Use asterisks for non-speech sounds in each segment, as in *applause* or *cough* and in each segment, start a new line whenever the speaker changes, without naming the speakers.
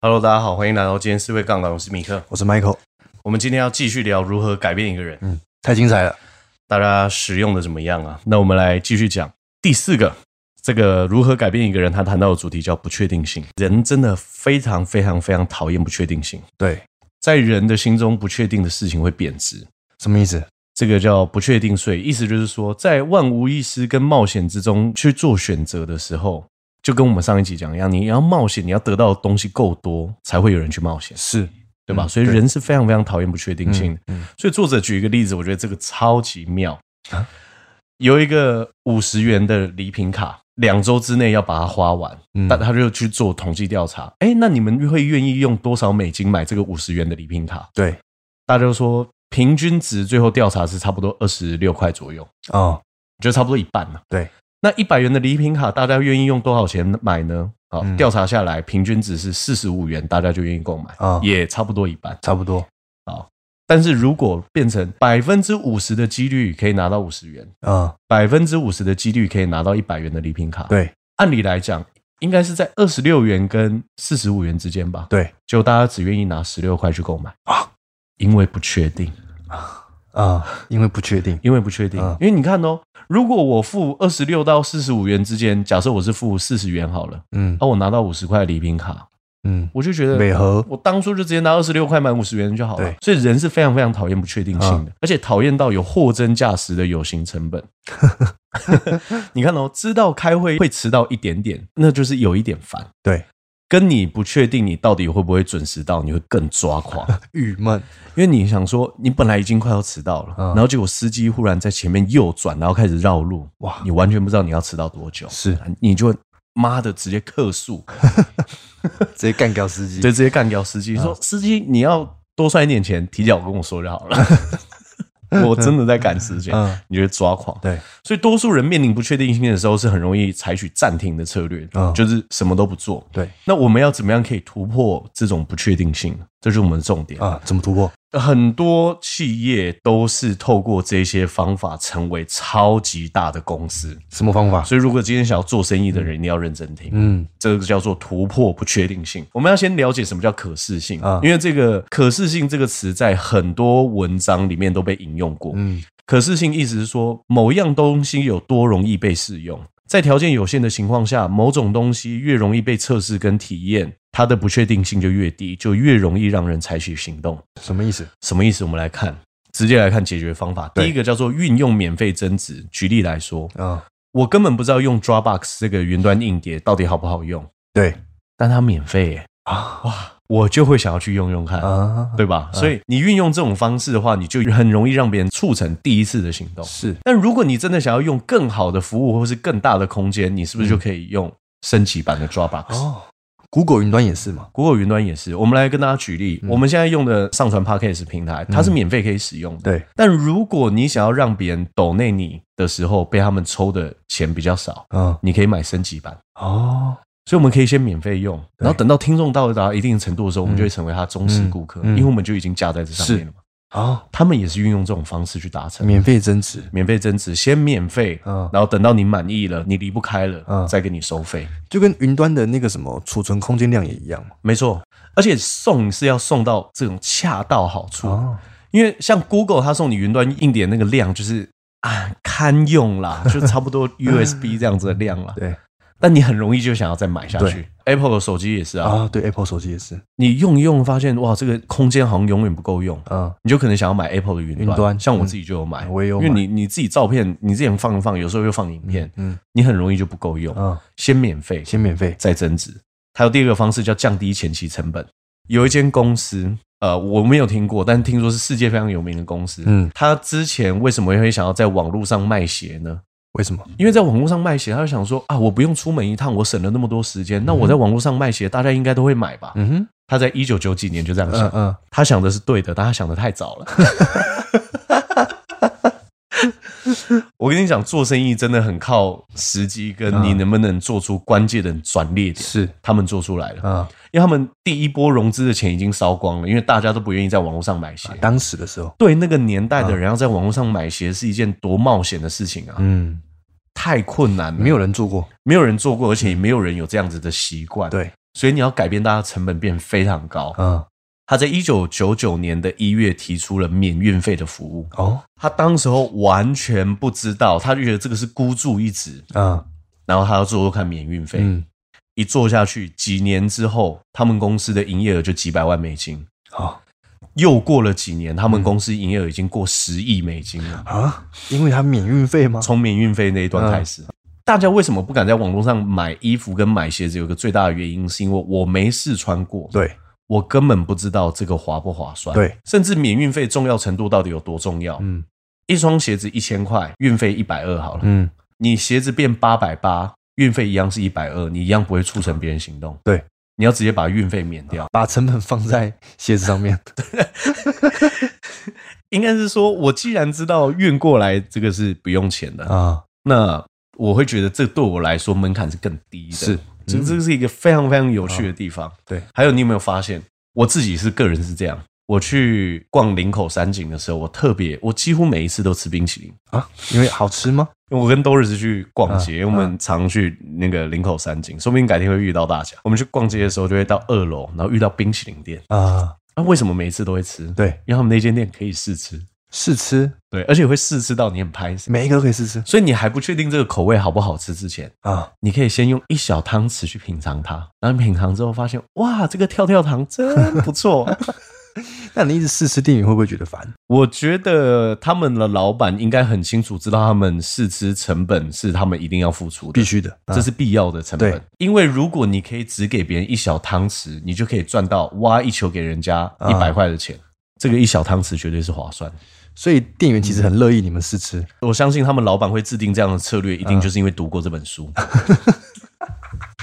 Hello，大家好，欢迎来到今天四位杠杆，我是米克。
我是 Michael，
我们今天要继续聊如何改变一个人，
太精彩了，
大家使用的怎么样啊？那我们来继续讲第四个，这个如何改变一个人，他谈到的主题叫不确定性。人真的非常非常非常讨厌不确定性，
对，
在人的心中，不确定的事情会贬值，
什么意思？
这个叫不确定税。意思就是说，在万无一失跟冒险之中去做选择的时候。就跟我们上一集讲一样，你要冒险，你要得到的东西够多，才会有人去冒险。
是
对吧？
嗯
所以人是非常非常讨厌不确定性的。
嗯嗯啊
所以作者举一个例子，我觉得这个超级妙。有一个五十元的礼品卡，两周之内要把它花完，
嗯
但他就去做统计调查。哎，那你们会愿意用多少美金买这个五十元的礼品卡？
对
大家就说平均值，最后调查是差不多二十六块左右，
哦，
就差不多一半了。
对，
那一百元的礼品卡，大家愿意用多少钱买呢？好，
嗯
调查下来，平均值是四十五元，大家就愿意购买，
啊
也差不多一半。
差不多
但是如果变成百分之五十的几率可以拿到五十元，
啊，
百分之五十的几率可以拿到一百元的礼品卡，，
对
按理来讲应该是在二十六元跟四十五元之间吧，
对
就大家只愿意拿十六块去购买
啊
因为不确定，
啊，因为不确定，
因为不确定，
嗯
因为你看哦，如果我付二十六到四十五元之间，假设我是付四十元好了，
嗯
那、我拿到五十块礼品卡，
嗯，
我就觉得
美和
我当初就直接拿二十六块买五十元就好了
对。嗯
所以人是非常非常讨厌不确定性的，而且讨厌到有货真价实的有形成本。 *laughs* 你看哦，知道开会会迟到一点点，那就是有一点烦。
对，
跟你不确定你到底会不会准时到，你会更抓
*laughs*
狂，
郁闷，
因为你想说你本来已经快要迟到了，
嗯
然后结果司机忽然在前面右转，然后开始绕路，
哇
你完全不知道你要迟到多久，
是
你就会妈的直接客诉，
直接干掉司机，
就直接干掉司机，
嗯
说司机你要多算一点钱，提早跟我说就好了。 *laughs* 我真的在赶时间，
嗯
你就会抓狂。
对，
所以多数人面临不确定性的时候，是很容易采取暂停的策略，
嗯
就是什么都不做。
对
那我们要怎么样可以突破这种不确定性？这就是我们的重点。
啊，怎么突破？
很多企业都是透过这些方法成为超级大的公司。
什么方法？
所以，如果今天想要做生意的人，一定要认真听。
嗯
这个叫做突破不确定性。我们要先了解什么叫可视性
啊
因为这个可视性这个词在很多文章里面都被引用过。
嗯
可视性意思是说某一样东西有多容易被适用，在条件有限的情况下，某种东西越容易被测试跟体验，它的不确定性就越低，就越容易让人采取行动。
什么意思？
什么意思？我们来看，直接来看解决方法。
对
第一个叫做运用免费增值。举例来说，
啊，
我根本不知道用 Dropbox 这个云端硬碟到底好不好用。
对
但它免费耶，嗯
啊
我就会想要去用用看，
啊，
对吧？所以你运用这种方式的话，你就很容易让别人促成第一次的行动。
是
但如果你真的想要用更好的服务或是更大的空间，你是不是就可以用升级版的 Dropbox？、
哦，Google 云端也是嘛？
Google 云端也是，我们来跟大家举例，我们现在用的上传 Podcast 平台，它是免费可以使用的。
对，
但如果你想要让别人抖内你的时候被他们抽的钱比较少，
嗯
你可以买升级版。
哦，
所以我们可以先免费用，
对嗯
然后等到听众到达一定程度的时候，我们就会成为他忠实顾客，
嗯嗯
因为我们就已经架在这上面了嘛。
哦，
他们也是运用这种方式去达成
免费增值，
免费增值，先免费，
嗯
然后等到你满意了，你离不开了，
嗯
再给你收费。
就跟云端的那个什么储存空间量也一样嘛？
没错，而且送是要送到这种恰到好处，
哦，
因为像 Google 它送你云端硬碟那个量就是啊堪用
*laughs*
啦，就差不多 USB 这样子的量啦。
对
但你很容易就想要再买下去
对。
Apple 的手机也是啊，
啊，对，Apple 手机也是，
你用一用发现哇，这个空间好像永远不够用。
嗯
你就可能想要买 Apple 的云端，
云端
像我自己就有买，
嗯我也有买
因为你你自己照片，你自己放一放，有时候又放影片，
嗯
你很容易就不够用，
嗯，
先免费，
先免费，
再增值。还有第二个方式叫降低前期成本。有一间公司，呃，我没有听过，但听说是世界非常有名的公司。
嗯，
他之前为什么会想要在网络上卖鞋呢？
为什么？
因为在网络上卖鞋，他就想说啊，我不用出门一趟，我省了那么多时间，那我在网络上卖鞋，大家应该都会买吧？
嗯哼，
他在一九九几年就这样想
嗯，嗯，
他想的是对的，但他想的太
*laughs*
早了。我跟你讲，做生意真的很靠时机，跟你
嗯
能不能做出关键的转捩点。
是
他们做出来了，
啊，
因为他们第一波融资的钱已经烧光了，因为大家都不愿意在网络上买鞋。
当时的时候，
对那个年代的人要在网络上买鞋是一件多冒险的事情啊，
嗯，
太困难了，
没有人做过，
没有人做过，而且也没有人有这样子的习惯。
对，
所以你要改变大家成本变非常高。
嗯，
他在一九九九年的一月提出了免运费的服务，
哦，
他当时候完全不知道，他就觉得这个是孤注一掷，
嗯
然后他要做做看免运费。
嗯，
一做下去，几年之后，他们公司的营业额就几百万美金。
好
又过了几年，他们公司营业额已经过十亿美金了。
啊，因为他免运费吗？
从免运费那一段开
嗯
始，大家为什么不敢在网络上买衣服跟买鞋子？有一个最大的原因是因为我没试穿过，
对，
我根本不知道这个划不划算。
对，
甚至免运费重要程度到底有多重要？
嗯
一双鞋子一千块，运费一百二好了，
嗯，
你鞋子变八百八，运费一样是一百二，你一样不会促成别人行动。
对，
你要直接把运费免掉。
把成本放在鞋子上面。 *laughs*
应该是说，我既然知道运过来这个是不用钱的，
啊，
那我会觉得这对我来说门槛是更低的。
是，嗯哦
这这是一个非常非常有趣的地方。
对，
还有你有没有发现，我自己是个人是这样，我去逛林口三井的时候，我特别，我几乎每一次都吃冰淇淋。
啊，因为好吃吗？
我跟 Doris 去逛街，因为我们常去那个林口三井，说不定改天会遇到大家。我们去逛街的时候，就会到二楼，然后遇到冰淇淋店。
啊，
那、为什么每一次都会吃？，
对，
因为他们那间店可以试吃，
试吃，
对，而且会试吃到你很拍心。
每一个都可以试吃
所以你还不确定这个口味好不好吃之前，
啊。
你可以先用一小汤匙去品尝它，然后品尝之后发现，哇，这个跳跳糖真不错。 *laughs*
那你一直试吃，店员会不会觉得烦？
我觉得他们的老板应该很清楚知道，他们试吃成本是他们一定要付出的，
必须的，啊
这是必要的成
对
本。因为如果你可以只给别人一小汤匙，你就可以赚到挖一球给人家一百块的钱，这个一小汤匙绝对是划算的。
所以店员其实很乐意你们试吃。
我相信他们老板会制定这样的策略，一定就是因为读过这本书。 *laughs*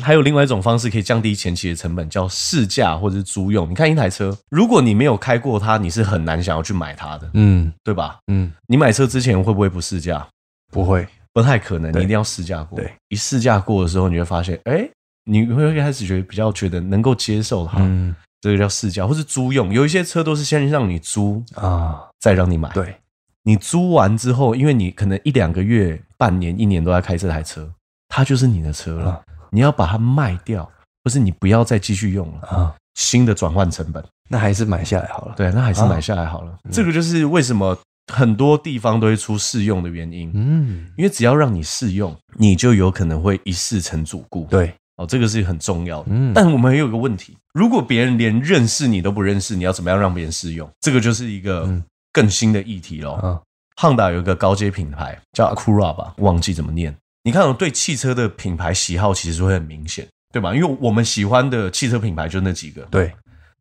还有另外一种方式可以降低前期的成本，叫试驾或者是租用。你看一台车，如果你没有开过它，你是很难想要去买它的，
嗯
对吧？
嗯，
你买车之前会不会不试驾？
不会，
不太可能，你
对
一定要试驾过
对。
一试驾过的时候，你会发现，哎、你会开始觉得比较觉得能够接受它，
嗯
这个叫试驾，或是租用。有一些车都是先让你租，
啊，
再让你买。
对，
你租完之后，因为你可能一两个月、半年、一年都在开这台车，它就是你的车了。
嗯
你要把它卖掉，或是你不要再继续用了，
啊，
新的转换成本。
那还是买下来好了。，
对，那还是
啊
买下来好了。这个就是为什么很多地方都会出试用的原因，
嗯，
因为只要让你试用，你就有可能会一试成主顾。
对，
哦，这个是很重要的。
嗯
但我们也有个问题，如果别人连认识你都不认识，你要怎么样让别人试用？这个就是一个
嗯
更新的议题咯。
啊，
Honda 有一个高阶品牌叫 Acura 吧，忘记怎么念。你看、哦，对汽车的品牌喜好其实会很明显，对吧？因为我们喜欢的汽车品牌就那几个。
对，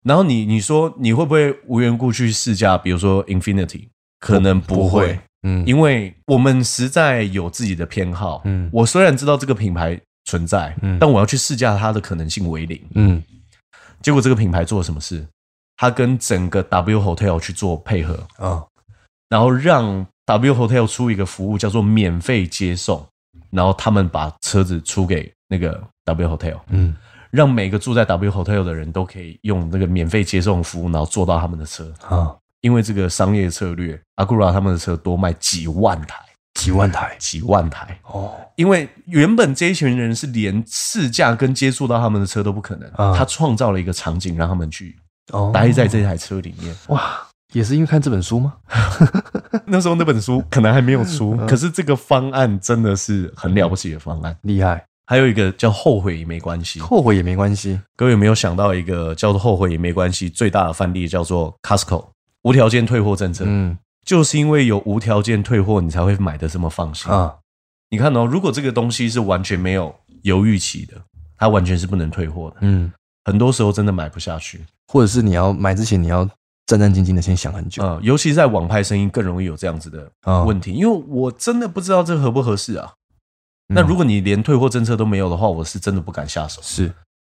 然后你你说你会不会无缘故去试驾？比如说 Infinity，可能不会，，
嗯
因为我们实在有自己的偏好。
嗯
我虽然知道这个品牌存在，
嗯
但我要去试驾它的可能性为零。
嗯
结果这个品牌做了什么事？它跟整个 W Hotel 去做配合，
啊，
然后让 W Hotel 出一个服务叫做免费接送，然后他们把车子出给那个 W Hotel，
嗯
让每个住在 W Hotel 的人都可以用那个免费接送服务，然后坐到他们的车。
啊，
因为这个商业策略，Acura 他们的车多卖几万台，
几万台
几万台。
哦，
因为原本这一群人是连试驾跟接触到他们的车都不可能，
啊
他创造了一个场景让他们去
哦
待在这台车里面。 *laughs*
哇，也是因为看这本书吗？
那时候那本书可能还没有出，
嗯
可是这个方案真的是很了不起的方案。
厉害，
还有一个叫后悔也没关系，
后悔也没关系
各位有没有想到一个叫做后悔也没关系最大的范例叫做 Costco 无条件退货政策？
嗯
就是因为有无条件退货，你才会买的这么放心。
啊，
你看哦，如果这个东西是完全没有犹豫期的，它完全是不能退货的，
嗯，
很多时候真的买不下去。
或者是你要买之前你要战战兢兢的先想很久
呃，尤其是在网拍生意更容易有这样子的
啊
问题，因为我真的不知道这合不合适啊。那
嗯
如果你连退货政策都没有的话，我是真的不敢下手。
是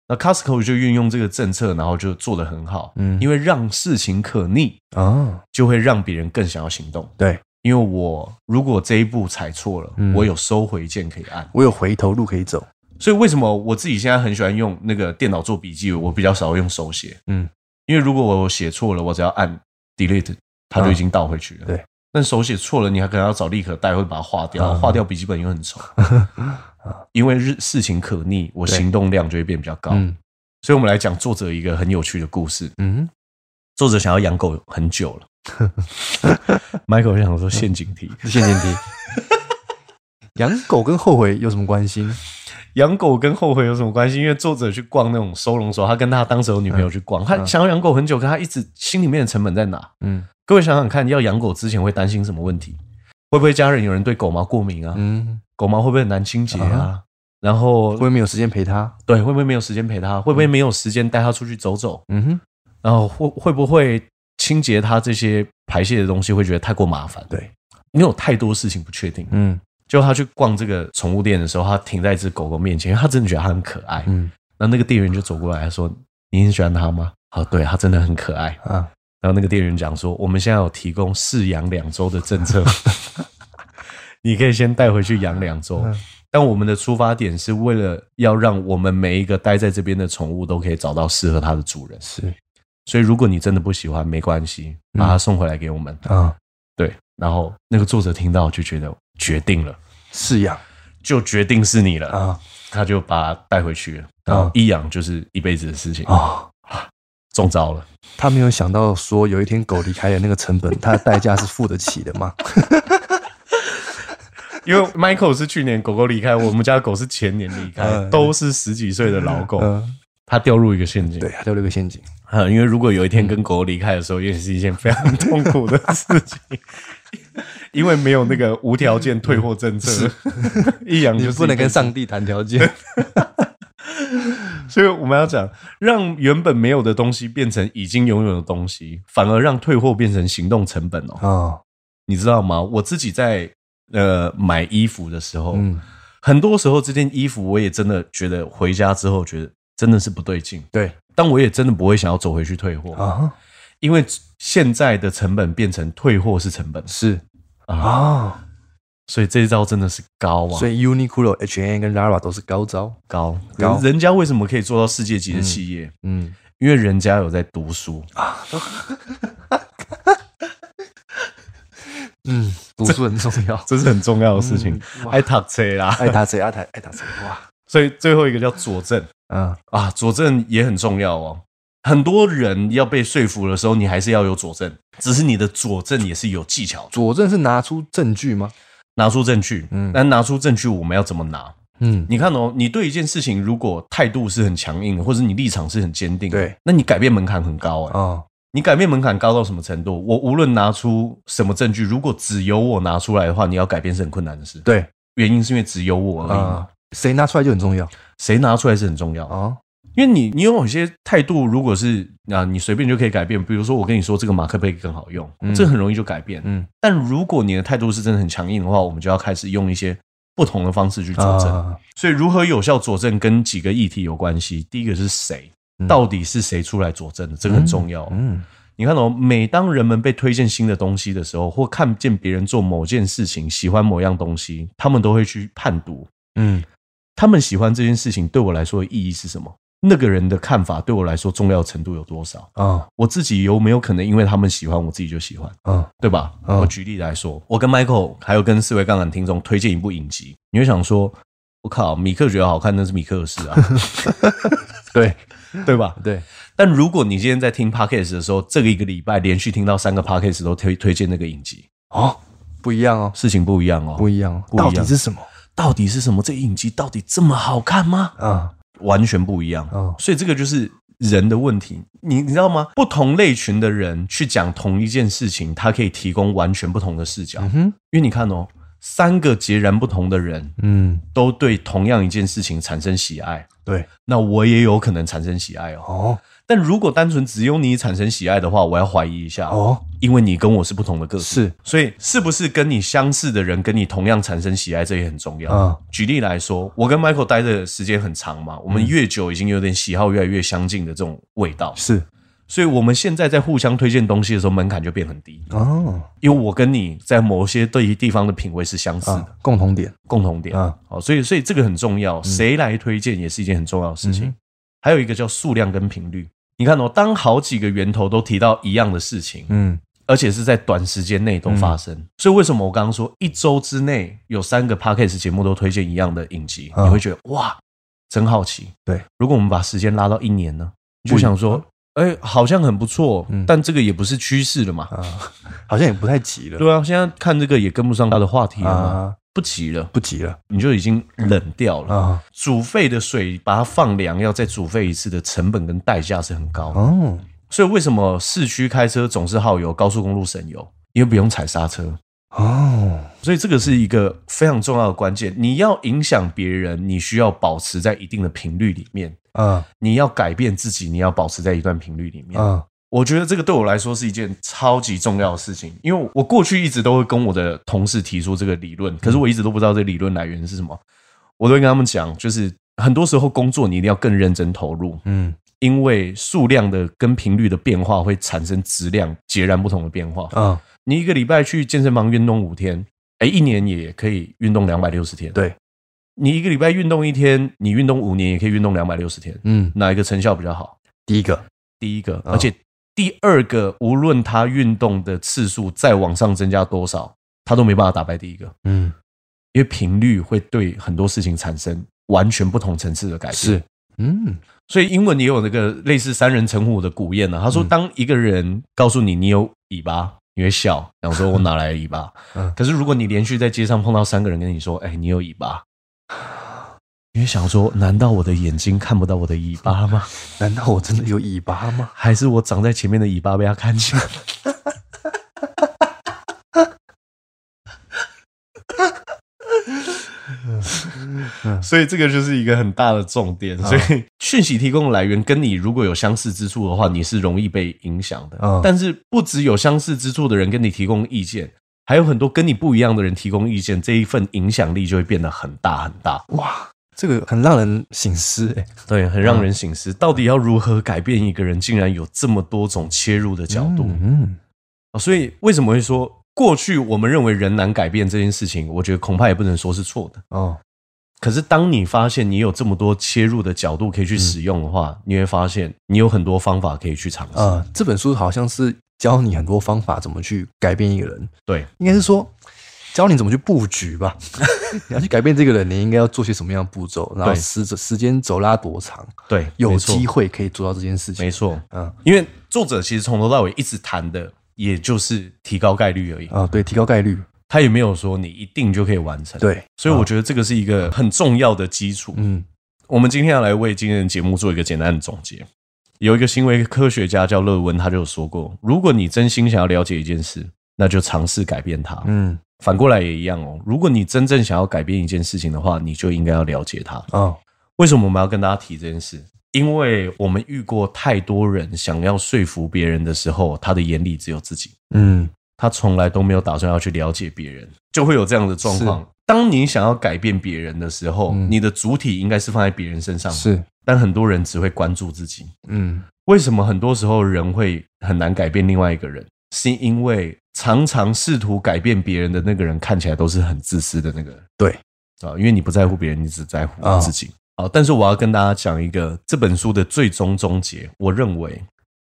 那 Costco 就运用这个政策，然后就做得很好，
嗯
因为让事情可逆，
啊，
就会让别人更想要行动。
对
因为我如果这一步踩错了，
嗯
我有收回键可以按。
我有回头路可以走，
所以为什么我自己现在很喜欢用那个电脑做笔记，我比较少用手写，
嗯
因为如果我写错了，我只要按 delete，它就已经倒回去了。
啊对，啊
但手写错了，你还可能要找立可代，会把它划掉，划掉笔记本又很
*laughs*
丑。因为日事情可逆，我
对
行动量就会变比较高。
嗯
所以，我们来讲作者一个很有趣的故事。
嗯，
作者想要养狗很久
*laughs*
了，Michael 想说陷阱题，
陷阱 *laughs* 题。养狗跟后悔有什么关系呢？
养狗跟后悔有什么关系？因为作者去逛那种收容所，他跟他当时有女朋友去逛，他想要养狗很久，可他一直心里面的成本在哪？
嗯
各位想想看，要养狗之前会担心什么问题？会不会家人有人对狗毛过敏啊？
嗯，
狗毛会不会很难清洁
啊
啊？然后
会不会没有时间陪它？
对，会不会没有时间陪它？会不会没有时间带它出去走走？
嗯哼，
然后会会不会清洁它这些排泄的东西会觉得太过麻烦？
对，
你有太多事情不确定。
嗯
就他去逛这个宠物店的时候，他停在一只狗狗面前，因为他真的觉得它很可爱。
嗯
然后那个店员就走过来，他说：“你很喜欢它吗？”好，对，它真的很可爱。
啊，
然后那个店员讲说：“我们现在有提供饲养两周的政策， *laughs* 你可以先带回去养两周。
嗯
但我们的出发点是为了要让我们每一个待在这边的宠物都可以找到适合它的主人。
是
所以，如果你真的不喜欢，没关系，
嗯
把它送回来给我们。
啊，
对。然后那个作者听到就觉得决定了，
饲养
就决定是你了。
啊
他就把它带回去了。然后一养就是一辈子的事情，
啊，
中招了。
他没有想到说有一天狗离开的那个成本，它的代价是付得起的 *laughs* 吗？
因为 Michael 是去年狗狗离开，我们家狗是前年离开，
嗯
都是十几岁的老狗，
嗯，
它掉入一个陷阱。
对，它掉了一个陷阱。
嗯，因为如果有一天跟狗狗离开的时候，也是一件非常痛苦的事情， *laughs* 因为没有那个无条件退货政策， *laughs* 一养
你
就是
不能跟
一辈子
上帝谈条件。
所以我们要讲，让原本没有的东西变成已经拥有的东西，反而让退货变成行动成本哦。
*laughs* 啊，
你知道吗？我自己在呃买衣服的时候，
嗯，
很多时候这件衣服我也真的觉得回家之后觉得真的是不对劲，
对
但我也真的不会想要走回去退货，
啊，
因为现在的成本变成退货是成本
是
啊，
啊，
所以这一招真的是高啊
所，以 Uniqlo、H&M 跟 Zara 都是高招。
高
高
人家为什么可以做到世界级的企业？
嗯，啊
因为人家有在读书，，
嗯，读书很重要
这是很重要的事情
嗯。哇
爱读册啦，
爱打谁爱打爱打谁哇，
所以最后一个叫佐证。
嗯
啊，佐证也很重要哦。很多人要被说服的时候，你还是要有佐证，只是你的佐证也是有技巧的，
佐证是拿出证据吗？
拿出证据。
嗯
嗯，那拿出证据，我们要怎么拿？
嗯，
你看哦，你对一件事情如果态度是很强硬的，或者你立场是很坚定的，
对，
那你改变门槛很高哎、
哦，
你改变门槛高到什么程度？我无论拿出什么证据，如果只有我拿出来的话，你要改变是很困难的事。，
对
原因是因为只有我而已嘛
啊，谁拿出来就很重要
谁拿出来是很重要的。
啊。
因为你你有一些态度，如果是啊，你随便就可以改变。比如说，我跟你说这个马克杯更好用，
嗯
这很容易就改变。
嗯，
但如果你的态度是真的很强硬的话，我们就要开始用一些不同的方式去佐证。
啊，
所以，如何有效佐证跟几个议题有关系。第一个是谁，
嗯
到底是谁出来佐证的，这个很重要。
嗯
你看哦，每当人们被推荐新的东西的时候，或看见别人做某件事情、喜欢某样东西，他们都会去判读
嗯
他们喜欢这件事情对我来说的意义是什么？那个人的看法对我来说重要程度有多少？
啊
我自己有没有可能因为他们喜欢，我自己就喜欢，
啊
对吧？
嗯
我举例来说，我跟 Michael 还有跟四位杠杆听众推荐一部影集，你会想说，我靠，米克觉得好看，那是米克的
*laughs*
事啊，
对
对吧？
对，
但如果你今天在听 Podcast 的时候，这个一个礼拜连续听到三个 Podcast 都推推荐那个影集，
哦，不一样哦，
事情不一样哦。
不一样哦，
不一
到
样
底是什么
到底是什么？这影集到底这么好看吗？
啊？
完全不一样。
哦
所以这个就是人的问题，你你知道吗？不同类群的人去讲同一件事情，它可以提供完全不同的视角。
嗯哼，
因为你看哦，三个截然不同的人
嗯，
都对同样一件事情产生喜爱，
对，
那我也有可能产生喜爱哦。
哦
但如果单纯只有你产生喜爱的话，我要怀疑一下，哦、
哦，
因为你跟我是不同的个体。
是
所以，是不是跟你相似的人跟你同样产生喜爱，这也很重要。
啊嗯
举例来说，我跟 Michael 待的时间很长嘛，我们越久已经有点喜好越来越相近的这种味道，
是
所以我们现在在互相推荐东西的时候，门槛就变很低，
哦
因为我跟你在某些对于地方的品味是相似的，
啊，共同点
共同点。
啊，
好，所以所以这个很重要，谁来推荐也是一件很重要的事情。
嗯
还有一个叫数量跟频率。你看哦，当好几个源头都提到一样的事情，
嗯
而且是在短时间内都发生。所以为什么我刚刚说一周之内有三个 podcast 节目都推荐一样的影集，
嗯
你会觉得哇，真好奇。
对，
如果我们把时间拉到一年呢，
不
就想说，哎、好像很不错，
嗯
但这个也不是趋势了嘛。
啊， *laughs* 好像也不太急了，
对啊，现在看这个也跟不上它的话题了嘛，
啊，
不急了，
不急了
你就已经冷掉了。
啊，
煮沸的水把它放凉，要再煮沸一次的成本跟代价是很高的。
哦，
所以为什么市区开车总是耗油，高速公路省油？因为不用踩刹车。
哦，
所以这个是一个非常重要的关键。你要影响别人，你需要保持在一定的频率里面；
啊
你要改变自己，你要保持在一段频率里面。
啊，
我觉得这个对我来说是一件超级重要的事情，因为我过去一直都会跟我的同事提出这个理论，可是我一直都不知道这个理论来源是什么。我都会跟他们讲，就是很多时候工作你一定要更认真投入，
嗯
因为数量的跟频率的变化会产生质量截然不同的变化。
啊，
你一个礼拜去健身房运动五天，哎，一年也可以运动两百六十天。
对，
你一个礼拜运动一天，你运动五年也可以运动两百六十天，
嗯，
哪一个成效比较好？
第一个
第一个，
嗯
而且第二个，无论他运动的次数再往上增加多少，他都没办法打败第一个，
嗯
因为频率会对很多事情产生完全不同层次的改变。
是，嗯
所以英文也有那个类似三人成虎的古谚呢、啊他说，
嗯
当一个人告诉你你有尾巴，你会笑，想
*laughs*
说我哪来的尾巴？
嗯
可是如果你连续在街上碰到三个人跟你说，哎、你有尾
*sighs*
巴，你会想说，难道我的眼睛看不到我的尾巴吗？
难道我真的有尾巴吗？
还是我长在前面的尾巴被他看见？ *laughs* 所以这个就是一个很大的重点。所以讯息提供的来源跟你如果有相似之处的话，你是容易被影响的。
嗯
但是不只有相似之处的人跟你提供意见，还有很多跟你不一样的人提供意见，这一份影响力就会变得很大很大。
*laughs* 哇，这个很让人醒思哎、
对，很让人醒思，到底要如何改变一个人，竟然有这么多种切入的角度。
嗯
哦，所以为什么会说过去我们认为人难改变这件事情，我觉得恐怕也不能说是错的。
哦，
可是当你发现你有这么多切入的角度可
嗯
以去使用的话，你会发现你有很多方法可以去尝试。
呃，这本书好像是教你很多方法，怎么去改变一个人，
对，
应该是说教你怎么去布局 *laughs* 吧。你要去改变这个人，你应该要做些什么样的步骤，然后
对
时时间轴拉多长，
对，
有
没错
机，会可以做到这件事情
没。错。
嗯
因为作者其实从头到尾一直谈的，也就是提高概率而已，
啊，对，提高概率，
他也没有说你一定就可以完成。，
对，啊
所以我觉得这个是一个很重要的基础。
嗯
我们今天要来为今天的节目做一个简单的总结。有一个行为科学家叫乐温，他就有说过，如果你真心想要了解一件事，那就尝试改变它。
嗯
反过来也一样哦，如果你真正想要改变一件事情的话，你就应该要了解它。
哦，
为什么我们要跟大家提这件事？因为我们遇过太多人想要说服别人的时候，他的眼里只有自己。
嗯
他从来都没有打算要去了解别人，就会有这样的状况。当你想要改变别人的时候，
嗯
你的主体应该是放在别人身上，
是，
但很多人只会关注自己。
嗯
为什么很多时候人会很难改变另外一个人？是因为常常试图改变别人的那个人看起来都是很自私的那个人。
对
啊，因为你不在乎别人，你只在乎
啊
自己。好，但是我要跟大家讲一个这本书的最终终结。我认为，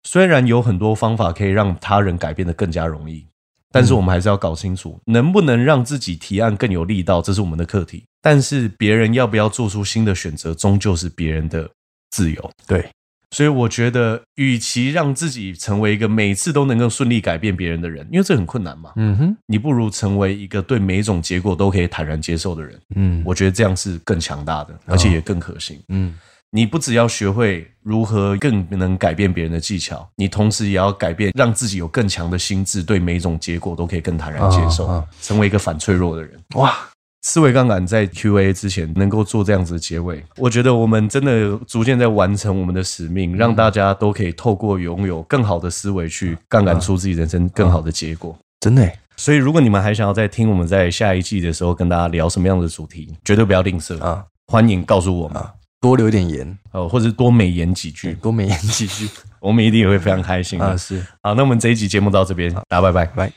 虽然有很多方法可以让他人改变得更加容易，但
嗯
是我们还是要搞清楚，能不能让自己提案更有力道，这是我们的课题。但是别人要不要做出新的选择，终究是别人的自由。
对，
所以我觉得，与其让自己成为一个每次都能够顺利改变别人的人，因为这很困难嘛，
嗯哼，
你不如成为一个对每一种结果都可以坦然接受的人。
嗯哦
我觉得这样是更强大的，而且也更可行。
嗯
你不只要学会如何更能改变别人的技巧，你同时也要改变让自己有更强的心智，对每一种结果都可以更坦然接受，
啊啊
成为一个反脆弱的人。
哇，
思维杠杆在 Q&A 之前能够做这样子的结尾，我觉得我们真的逐渐在完成我们的使命，让大家都可以透过拥有更好的思维去杠
啊
杆出自己人生更好的结果。
真的耶，欸
所以，如果你们还想要再听我们在下一季的时候跟大家聊什么样的主题，绝对不要吝啬
啊，
欢迎告诉我们，
多留一点盐，
呃，或者多美言几
嗯
句，
多美言几句
我们一定也会非常开心的
啊，。是。
好，那我们这一集节目到这边，大家拜拜。
拜。